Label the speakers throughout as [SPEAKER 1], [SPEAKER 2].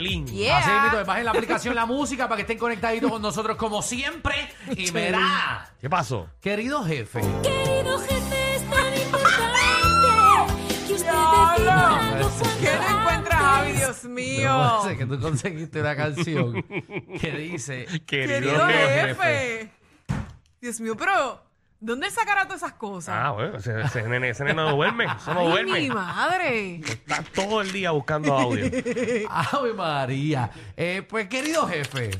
[SPEAKER 1] Link.
[SPEAKER 2] Yeah.
[SPEAKER 1] Así mismo, además en la aplicación la música para que estén conectaditos con nosotros como siempre. Y verá,
[SPEAKER 3] ¿Qué pasó?
[SPEAKER 1] querido jefe.
[SPEAKER 4] Querido jefe, es tan importante que usted decida algo cuanto
[SPEAKER 2] ¿Qué no encuentra Javi,
[SPEAKER 4] antes.
[SPEAKER 2] Dios mío?
[SPEAKER 1] No sé que tú conseguiste una canción que dice
[SPEAKER 2] Querido jefe. Dios mío, pero ¿dónde él sacará todas esas cosas?
[SPEAKER 3] Ah, bueno, ese, ese nene, ese nene no duerme, eso no
[SPEAKER 2] Ay, mi
[SPEAKER 3] duerme.
[SPEAKER 2] madre.
[SPEAKER 3] Está todo el día buscando audio.
[SPEAKER 2] Pues
[SPEAKER 1] Ave María. Eh, pues querido jefe.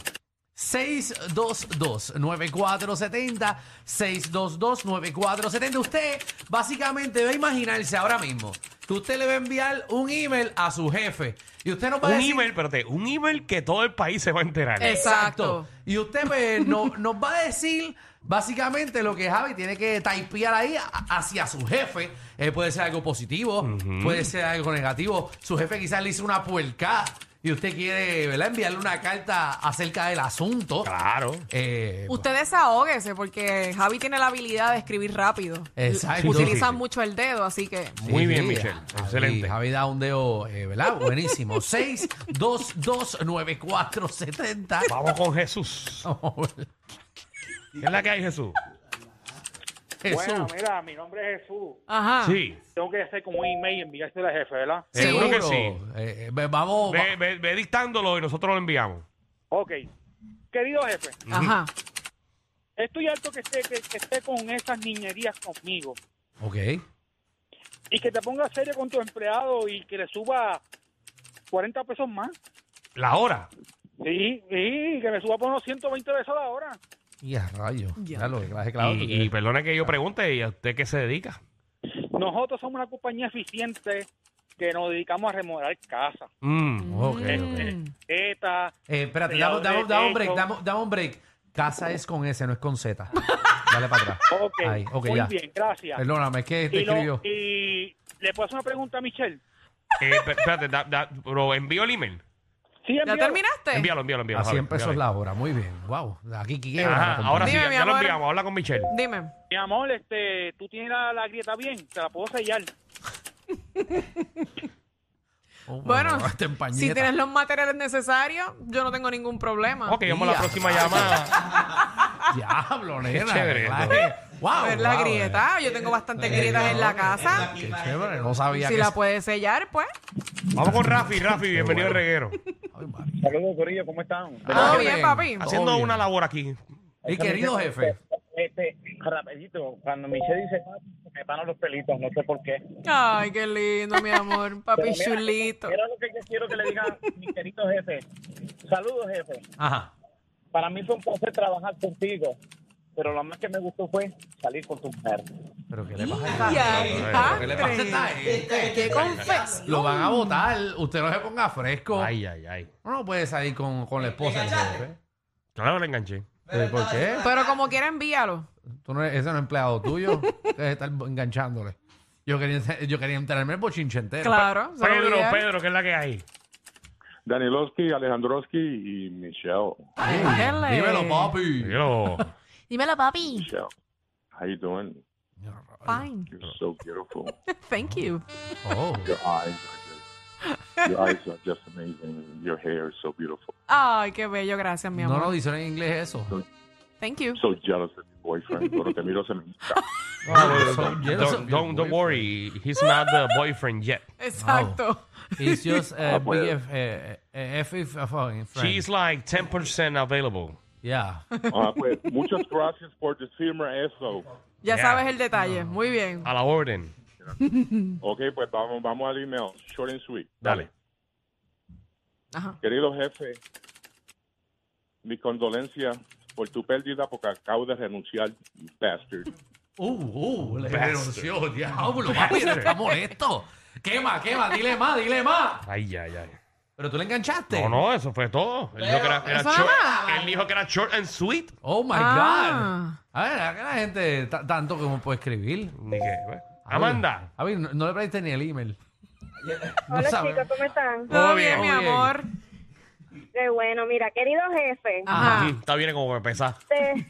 [SPEAKER 1] 622-9470, 622-9470. Usted básicamente va a imaginarse ahora mismo que usted le va a enviar un email a su jefe y usted no va a
[SPEAKER 3] un
[SPEAKER 1] decir...
[SPEAKER 3] email, espérate, un email que todo el país se va a enterar.
[SPEAKER 2] Eh.
[SPEAKER 1] Exacto.
[SPEAKER 2] Exacto.
[SPEAKER 1] Y usted pues, no- nos va a decir básicamente lo que Javi tiene que typear ahí a- hacia su jefe. Eh, puede ser algo positivo, puede ser algo negativo. Su jefe quizás le hizo una puerca y usted quiere ¿verdad? enviarle una carta acerca del asunto.
[SPEAKER 3] Claro.
[SPEAKER 1] Eh,
[SPEAKER 2] Usted desahóguese porque Javi tiene la habilidad de escribir rápido.
[SPEAKER 1] Exacto.
[SPEAKER 2] Utiliza
[SPEAKER 3] Sí, sí, sí.
[SPEAKER 2] mucho el dedo, así que.
[SPEAKER 3] Muy bien, Michelle.
[SPEAKER 1] Javi-
[SPEAKER 3] Excelente.
[SPEAKER 1] Javi da un dedo, eh, ¿verdad? Buenísimo. 6229470.
[SPEAKER 3] Vamos con Jesús. ¿Qué es la que hay, Jesús?
[SPEAKER 1] Jesús.
[SPEAKER 5] Bueno, mira, mi nombre es Jesús.
[SPEAKER 2] Ajá.
[SPEAKER 3] Sí.
[SPEAKER 5] Tengo que hacer como un email y enviárselo al jefe, ¿verdad?
[SPEAKER 3] Seguro que sí.
[SPEAKER 1] Eh, eh, vamos.
[SPEAKER 3] Ve, ve- ve dictándolo y nosotros lo enviamos.
[SPEAKER 5] Ok. Querido jefe,
[SPEAKER 2] Ajá.
[SPEAKER 5] estoy harto que esté, que, que esté con esas niñerías conmigo
[SPEAKER 1] Ok.
[SPEAKER 5] y que te ponga serio con tu empleado y que le suba 40 pesos más.
[SPEAKER 3] La hora.
[SPEAKER 5] Sí, sí, que me suba por unos 120 pesos a la hora.
[SPEAKER 1] Y a rayo.
[SPEAKER 2] Ya.
[SPEAKER 1] Ya lo que clase, claro.
[SPEAKER 3] y,
[SPEAKER 1] tú
[SPEAKER 3] y
[SPEAKER 6] Eh,
[SPEAKER 1] tienes-
[SPEAKER 3] perdone que yo pregunte, ¿y a usted qué se dedica?
[SPEAKER 5] Nosotros somos una compañía eficiente que nos dedicamos a remodelar casas,
[SPEAKER 3] Mm,
[SPEAKER 1] Ok, ok.
[SPEAKER 5] eh,
[SPEAKER 2] Mm.
[SPEAKER 5] ETA.
[SPEAKER 1] Eh, espérate,
[SPEAKER 5] Sí,
[SPEAKER 1] dame,
[SPEAKER 5] yo
[SPEAKER 1] dame-
[SPEAKER 5] de
[SPEAKER 1] dame un break,
[SPEAKER 5] hecho-
[SPEAKER 1] dame, dame un break. Casa es con S, no es con Z. Dale para atrás.
[SPEAKER 5] Ok,
[SPEAKER 1] Ahí, ok,
[SPEAKER 5] muy
[SPEAKER 1] ya.
[SPEAKER 5] bien, gracias.
[SPEAKER 1] Perdóname, es que te
[SPEAKER 5] Y, lo-
[SPEAKER 1] escribió.
[SPEAKER 5] y le puedo hacer una pregunta a Michelle.
[SPEAKER 3] Eh, pe- espérate, da- da- pero envío el email.
[SPEAKER 5] Sí,
[SPEAKER 2] ¿Ya
[SPEAKER 5] envíalo.
[SPEAKER 2] terminaste?
[SPEAKER 3] Envíalo, envíalo, envíalo.
[SPEAKER 1] A 100 pesos
[SPEAKER 3] envíalo.
[SPEAKER 1] la hora, muy bien. Wow, aquí quiebra. la
[SPEAKER 3] Ajá,
[SPEAKER 1] compañía.
[SPEAKER 3] ahora sí,
[SPEAKER 2] Dime,
[SPEAKER 3] ya,
[SPEAKER 2] mi
[SPEAKER 3] ya lo
[SPEAKER 2] amor.
[SPEAKER 3] enviamos. Habla con Michelle.
[SPEAKER 2] Dime.
[SPEAKER 5] Mi amor, este, tú tienes la, la grieta bien, te la puedo sellar.
[SPEAKER 1] Oh,
[SPEAKER 2] Bueno,
[SPEAKER 1] esta empañeta.
[SPEAKER 2] si tienes los materiales necesarios, yo no tengo ningún problema.
[SPEAKER 3] Ok, vamos a
[SPEAKER 1] Ya.
[SPEAKER 3] la próxima llamada.
[SPEAKER 1] Diablo, nena.
[SPEAKER 3] chévere
[SPEAKER 1] ¿verdad?
[SPEAKER 2] A
[SPEAKER 1] Wow.
[SPEAKER 2] ver la
[SPEAKER 1] wow, eh.
[SPEAKER 2] grieta. Yo tengo bastantes grietas en la casa.
[SPEAKER 1] Qué chévere, no sabía
[SPEAKER 2] Si
[SPEAKER 1] que.
[SPEAKER 2] la puedes sellar, pues.
[SPEAKER 3] Vamos con Rafi, Rafi, bienvenido al reguero.
[SPEAKER 1] Ay, María.
[SPEAKER 5] Saludos, Corillo, ¿cómo están?
[SPEAKER 2] Todo
[SPEAKER 1] qué
[SPEAKER 2] Ah, bien,
[SPEAKER 1] bien.
[SPEAKER 2] papi.
[SPEAKER 3] Haciendo
[SPEAKER 1] Obvio.
[SPEAKER 3] una labor aquí.
[SPEAKER 1] Y querido jefe.
[SPEAKER 5] Este, rapidito, cuando Michelle dice papi, se me paran los pelitos, no sé por qué.
[SPEAKER 2] Ay, qué lindo, mi amor. Papi chulito.
[SPEAKER 5] Era lo que yo quiero que le diga mi querido jefe. Saludos, jefe.
[SPEAKER 1] Ajá.
[SPEAKER 5] Para mí fue un placer trabajar contigo, pero lo más que me gustó fue salir con tu mujer.
[SPEAKER 1] Pero ¿qué le pasa a esta
[SPEAKER 2] Ya,
[SPEAKER 1] ¿Qué le pasa a esta gente?
[SPEAKER 2] ¡Qué confesión!
[SPEAKER 1] Lo van a votar. Usted no se ponga fresco.
[SPEAKER 3] Ay, ay, ay.
[SPEAKER 1] Uno no puede salir con, con la esposa del jefe.
[SPEAKER 3] Claro, le enganché.
[SPEAKER 1] Eh, ¿Por qué?
[SPEAKER 2] Pero como quiera, envíalo.
[SPEAKER 1] Tú no eres- ese no es empleado tuyo. Debes estar enganchándole. Yo quería, yo quería enterarme el bochinche entero.
[SPEAKER 2] Claro. se lo
[SPEAKER 3] Pedro,
[SPEAKER 2] enviaré.
[SPEAKER 3] Pedro, ¿qué es la que hay?
[SPEAKER 7] Danilowski, Alejandrowski y Michelle.
[SPEAKER 2] Ay, dele.
[SPEAKER 1] Dímelo, papi.
[SPEAKER 3] Pero,
[SPEAKER 2] Dímelo, papi.
[SPEAKER 7] Michelle, how you doing?
[SPEAKER 2] Fine.
[SPEAKER 7] You're so beautiful.
[SPEAKER 2] Thank you.
[SPEAKER 1] Oh.
[SPEAKER 7] Your eyes are just, your eyes are just amazing. Your hair is so beautiful.
[SPEAKER 2] Ay, qué bello. Gracias, mi
[SPEAKER 1] No
[SPEAKER 2] amor.
[SPEAKER 1] lo dicen en inglés eso.
[SPEAKER 2] Thank you.
[SPEAKER 7] So jealous of your boyfriend. Cuando te miro se me hincha.
[SPEAKER 1] Oh, so
[SPEAKER 6] don't,
[SPEAKER 1] jealous of
[SPEAKER 6] don't,
[SPEAKER 1] your
[SPEAKER 6] don't, don't worry. He's not the boyfriend yet.
[SPEAKER 2] Exacto.
[SPEAKER 3] It's just uh,
[SPEAKER 7] Ah, pues.
[SPEAKER 3] BF, eh, eh, F if- uh, fucking friend.
[SPEAKER 6] She's like 10% available.
[SPEAKER 3] Yeah.
[SPEAKER 7] Ah, pues, muchas gracias por decirme eso.
[SPEAKER 2] Ya
[SPEAKER 6] Yeah.
[SPEAKER 2] sabes el detalle. Muy bien.
[SPEAKER 6] A la orden.
[SPEAKER 7] Ok, pues vamos, vamos al email. Short and sweet.
[SPEAKER 6] Dale.
[SPEAKER 2] Ajá.
[SPEAKER 7] Querido jefe, mi condolencia por tu pérdida porque acabo de renunciar, bastard.
[SPEAKER 1] Uh, uh, le
[SPEAKER 6] Bastard.
[SPEAKER 1] renunció, diablo, papi, él está molesto. Quema, quema, dile más, dile más.
[SPEAKER 6] Ay, ay, ay.
[SPEAKER 1] Pero tú le enganchaste.
[SPEAKER 6] No, no, eso fue todo. Él dijo que era, era
[SPEAKER 2] Eso
[SPEAKER 6] short,
[SPEAKER 2] nada.
[SPEAKER 6] él dijo que era short and sweet.
[SPEAKER 1] Oh my
[SPEAKER 2] Ah.
[SPEAKER 1] God. A ver, ¿a qué la gente ta- tanto como puede escribir?
[SPEAKER 6] Ni que, eh.
[SPEAKER 3] Ah.
[SPEAKER 6] Amanda.
[SPEAKER 1] A ver, no, no le prendiste ni el email. No
[SPEAKER 8] Hola
[SPEAKER 1] sabe.
[SPEAKER 8] chicos, ¿cómo están?
[SPEAKER 2] Todo
[SPEAKER 6] Todo bien,
[SPEAKER 2] bien, mi
[SPEAKER 1] todo bien.
[SPEAKER 2] amor.
[SPEAKER 8] Qué bueno, mira, querido
[SPEAKER 1] Ah,
[SPEAKER 8] jefe,
[SPEAKER 2] Ajá.
[SPEAKER 6] Mm, Está bien como que pesar.
[SPEAKER 8] te...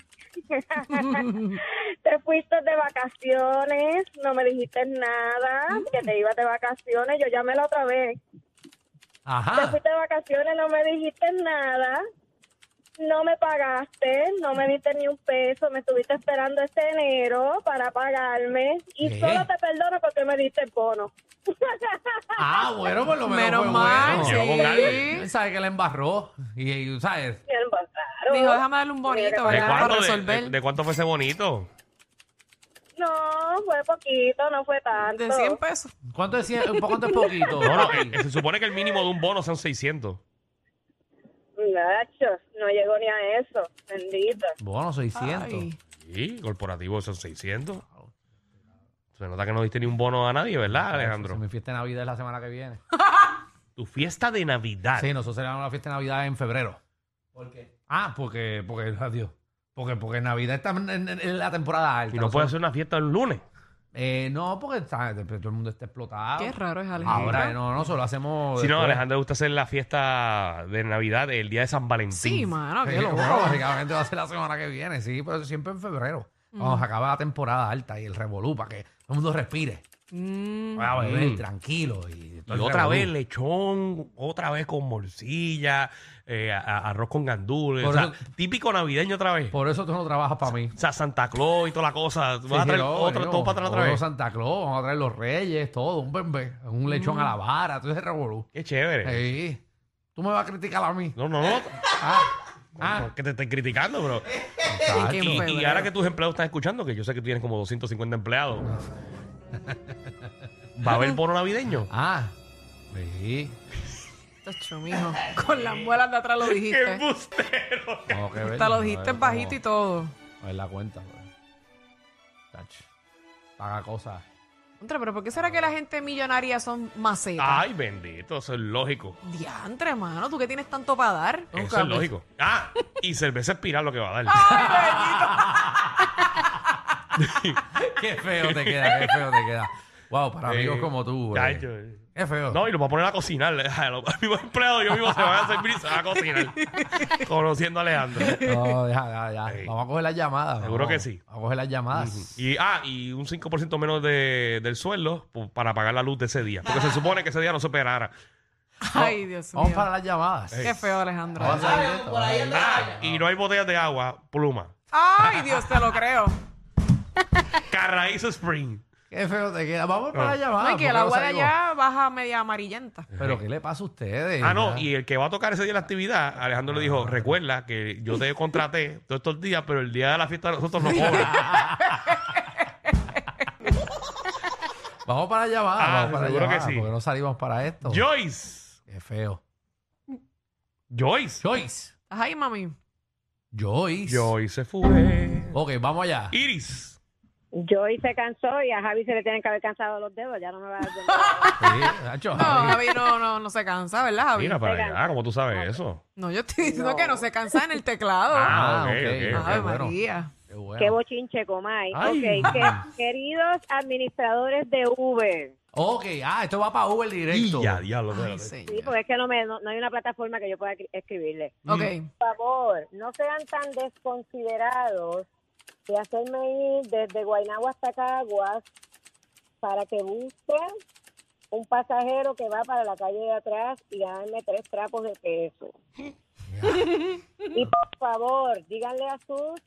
[SPEAKER 8] te fuiste de vacaciones, no me dijiste nada, que te ibas de vacaciones, yo llamé la otra vez. Te
[SPEAKER 1] Ajá.
[SPEAKER 8] fuiste de vacaciones, no me dijiste nada, no me pagaste, no me diste ni un peso, me estuviste esperando este enero para pagarme y
[SPEAKER 1] ¿Qué?
[SPEAKER 8] solo te perdono porque me diste el bono.
[SPEAKER 1] Ah, bueno, por lo menos.
[SPEAKER 2] Menos
[SPEAKER 1] fue
[SPEAKER 2] mal,
[SPEAKER 1] bueno.
[SPEAKER 6] sí. Llegó con alguien.
[SPEAKER 1] Él sabe que le embarró. Y, y, ¿sabes?
[SPEAKER 8] Bien, pues, claro.
[SPEAKER 2] Dijo, déjame darle un bonito,
[SPEAKER 6] ¿De
[SPEAKER 2] ¿verdad? Para
[SPEAKER 6] cuánto, de-
[SPEAKER 2] resolver.
[SPEAKER 6] de- de cuánto fue ese bonito?
[SPEAKER 8] No, pues, fue poquito, no fue tanto.
[SPEAKER 2] De 100 pesos.
[SPEAKER 1] ¿Cuánto es, cien- cuánto es poquito?
[SPEAKER 6] No, no,
[SPEAKER 1] papi?
[SPEAKER 6] eh, se supone que el mínimo de un bono son 600.
[SPEAKER 8] Nachos, no llegó ni a eso, bendito.
[SPEAKER 1] Bueno, 600.
[SPEAKER 2] Ay.
[SPEAKER 6] Sí, corporativo son 600. Se nota que no diste ni un bono a nadie, ¿verdad,
[SPEAKER 1] Si
[SPEAKER 6] Alejandro?
[SPEAKER 1] mi fiesta de Navidad es la semana que viene.
[SPEAKER 6] Tu fiesta de Navidad.
[SPEAKER 1] Sí, nosotros celebramos la fiesta de Navidad en febrero. ¿Por qué? Ah, porque, porque, adiós. Porque, porque Navidad está en, en- en la temporada alta.
[SPEAKER 6] y no puedes hacer una fiesta el lunes.
[SPEAKER 1] Eh, no, porque ¿sabes? todo el mundo está explotado.
[SPEAKER 2] Qué raro es Alejandro.
[SPEAKER 1] Ahora, no, no, solo hacemos.
[SPEAKER 6] Si no,
[SPEAKER 1] después.
[SPEAKER 6] Alejandro le gusta hacer la fiesta de Navidad el día de San Valentín.
[SPEAKER 2] Sí, mano, qué
[SPEAKER 1] Sí,
[SPEAKER 2] loco.
[SPEAKER 1] bueno, básicamente va a ser la semana que viene, sí, pero siempre en febrero. Vamos, acaba la temporada alta y el revolú para que todo el mundo respire.
[SPEAKER 2] Mm.
[SPEAKER 1] Voy a beber
[SPEAKER 6] Mm.
[SPEAKER 1] tranquilo. Y,
[SPEAKER 6] Y otra vez lechón, otra vez con morcilla, eh, a- a- arroz con gandules.
[SPEAKER 1] Por
[SPEAKER 6] o sea,
[SPEAKER 1] eso-
[SPEAKER 6] típico navideño otra vez.
[SPEAKER 1] Por eso tú no trabajas para mí.
[SPEAKER 6] O sea, Santa Claus y toda la cosa. Vas a traer
[SPEAKER 1] Sí,
[SPEAKER 6] otra,
[SPEAKER 1] no,
[SPEAKER 6] todo para atrás otra
[SPEAKER 1] todo
[SPEAKER 6] vez.
[SPEAKER 1] Santa Claus, vamos a traer los reyes, todo, un bebé, un lechón
[SPEAKER 6] Mm.
[SPEAKER 1] a la vara, todo ese revolú.
[SPEAKER 6] Qué chévere.
[SPEAKER 1] Sí. Tú me vas a criticar a mí.
[SPEAKER 6] No, no, no.
[SPEAKER 1] Ah, ah,
[SPEAKER 6] Que te estoy criticando, bro.
[SPEAKER 2] Qué
[SPEAKER 6] Ah, Y,
[SPEAKER 2] feo,
[SPEAKER 6] y
[SPEAKER 2] ¿verdad?
[SPEAKER 6] ahora que tus empleados están escuchando, que yo sé que tú tienes como 250 empleados, ¿va a haber bono navideño?
[SPEAKER 1] ah. Sí.
[SPEAKER 2] Tacho, mijo. Con las muelas de atrás lo dijiste.
[SPEAKER 6] embustero!
[SPEAKER 1] Tengo que ver,
[SPEAKER 2] Hasta lo
[SPEAKER 1] a
[SPEAKER 2] dijiste
[SPEAKER 1] ver
[SPEAKER 2] bajito
[SPEAKER 1] cómo-
[SPEAKER 2] y todo.
[SPEAKER 1] A ver la cuenta, pues. Tacho. Paga cosas.
[SPEAKER 2] Contra, pero ¿por qué será que la gente millonaria son macetas?
[SPEAKER 6] Ay, bendito, eso es lógico.
[SPEAKER 2] Diantre, mano, ¿tú qué tienes tanto para dar?
[SPEAKER 6] Eso es lógico. Ah, y cerveza espiral lo que va a dar.
[SPEAKER 1] Qué feo te queda, qué feo te queda. Wow, para amigos
[SPEAKER 6] Eh,
[SPEAKER 1] como tú. eh.
[SPEAKER 6] chacho.
[SPEAKER 1] Qué feo.
[SPEAKER 6] No, y lo va a poner a cocinar. A los mismos empleados, yo mismo se van a servir y se van a cocinar. Conociendo a Alejandro.
[SPEAKER 1] No, ya, ya, ya.
[SPEAKER 6] Eh.
[SPEAKER 1] Vamos a coger las llamadas.
[SPEAKER 6] Seguro
[SPEAKER 1] vamos.
[SPEAKER 6] que sí.
[SPEAKER 1] Vamos a coger las llamadas.
[SPEAKER 6] Y, ah, y un 5% menos de- del sueldo pu- para pagar la luz de ese día. Porque se supone que ese día no se operara.
[SPEAKER 2] Ay, Dios
[SPEAKER 1] Vamos
[SPEAKER 2] mío.
[SPEAKER 1] para las llamadas.
[SPEAKER 2] Qué feo, Alejandro.
[SPEAKER 1] oh, Vamos a hacer ¿eh? directo, vamos a hacer directo.
[SPEAKER 6] Ah, y no hay botellas de agua, pluma.
[SPEAKER 2] Ay, Dios, te lo creo.
[SPEAKER 6] Carraízo Spring.
[SPEAKER 1] Qué feo te queda. Vamos para
[SPEAKER 6] No.
[SPEAKER 1] las llamadas.
[SPEAKER 2] No, y que el
[SPEAKER 1] porque
[SPEAKER 2] agua de
[SPEAKER 1] sabemos-
[SPEAKER 2] allá baja media amarillenta.
[SPEAKER 1] Pero ¿qué le pasa a ustedes?
[SPEAKER 6] Ah, no,
[SPEAKER 1] Ya.
[SPEAKER 6] y el que va a tocar ese día la actividad, Alejandro le
[SPEAKER 1] Ah.
[SPEAKER 6] dijo, recuerda que yo te contraté todos estos días, pero el día de la fiesta nosotros no cobras.
[SPEAKER 1] Vamos para las llamadas.
[SPEAKER 6] Ah,
[SPEAKER 1] vamos para las
[SPEAKER 6] seguro que
[SPEAKER 1] llamadas,
[SPEAKER 6] sí.
[SPEAKER 1] Porque no salimos para esto.
[SPEAKER 6] Joyce.
[SPEAKER 1] Qué feo.
[SPEAKER 6] Joyce.
[SPEAKER 1] Joyce.
[SPEAKER 2] Ay, mami.
[SPEAKER 1] Joyce.
[SPEAKER 6] Joyce se fue.
[SPEAKER 1] Ok, vamos allá.
[SPEAKER 6] Iris.
[SPEAKER 8] Joy se cansó y a Javi se le tienen que haber cansado los dedos, ya no me va a dar de
[SPEAKER 1] Sí, Nacho,
[SPEAKER 2] No,
[SPEAKER 1] Javi.
[SPEAKER 2] Javi no, no, no se cansa, ¿verdad, Javi?
[SPEAKER 6] Mira para allá, ¿cómo tú sabes eso?
[SPEAKER 2] No, yo estoy diciendo que no se cansa en el teclado.
[SPEAKER 6] Ah,
[SPEAKER 1] Ah,
[SPEAKER 6] ok,
[SPEAKER 1] ok,
[SPEAKER 6] ok, ok.
[SPEAKER 2] Ave
[SPEAKER 1] bueno.
[SPEAKER 2] María.
[SPEAKER 1] Qué bueno.
[SPEAKER 8] Qué bochinche, comay.
[SPEAKER 6] Ay.
[SPEAKER 8] Ok, que- queridos administradores de Uber.
[SPEAKER 1] Ok, ah, esto va para Uber directo.
[SPEAKER 6] Y ya, diablo,
[SPEAKER 2] Ay,
[SPEAKER 6] espérate.
[SPEAKER 8] Sí,
[SPEAKER 2] señor.
[SPEAKER 8] porque es que no, me, no, no hay una plataforma que yo pueda cri- escribirle.
[SPEAKER 2] Ok.
[SPEAKER 8] Por favor, no sean tan desconsiderados de hacerme ir desde Guaynagua hasta Caguas para que busquen un pasajero que va para la calle de atrás y darme tres trapos de queso. Y por favor, díganle a sus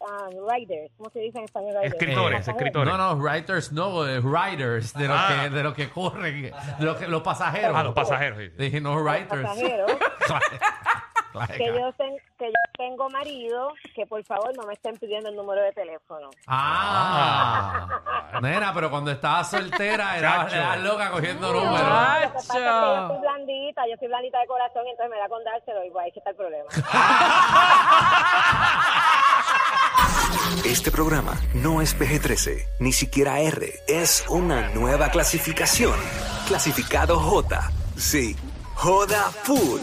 [SPEAKER 2] um, writers, ¿cómo se dice en español? Writers?
[SPEAKER 6] Escritores,
[SPEAKER 2] Pasajeros.
[SPEAKER 6] escritores.
[SPEAKER 1] Eh, No, no, writers no, eh, riders, de los,
[SPEAKER 6] Ah.
[SPEAKER 1] que, de los que corren, de los, que- los pasajeros.
[SPEAKER 6] Ah, los pasajeros. sí, sí.
[SPEAKER 1] Dije, no, writers.
[SPEAKER 2] Pasajeros,
[SPEAKER 1] Claro,
[SPEAKER 2] que
[SPEAKER 1] claro.
[SPEAKER 2] yo, ten- que yo tengo marido, que por favor no me estén pidiendo el número de teléfono.
[SPEAKER 1] Ah, nena, pero cuando estabas soltera eras
[SPEAKER 6] Chacho.
[SPEAKER 1] eras loca cogiendo
[SPEAKER 2] No,
[SPEAKER 1] números.
[SPEAKER 2] lo que pasa es que yo soy blandita, yo soy blandita de corazón, entonces me da con dárselo y pues ahí está el problema.
[SPEAKER 5] Este programa no es PG-13, ni siquiera R. Es una nueva clasificación. Clasificado J. Sí. Joda Full.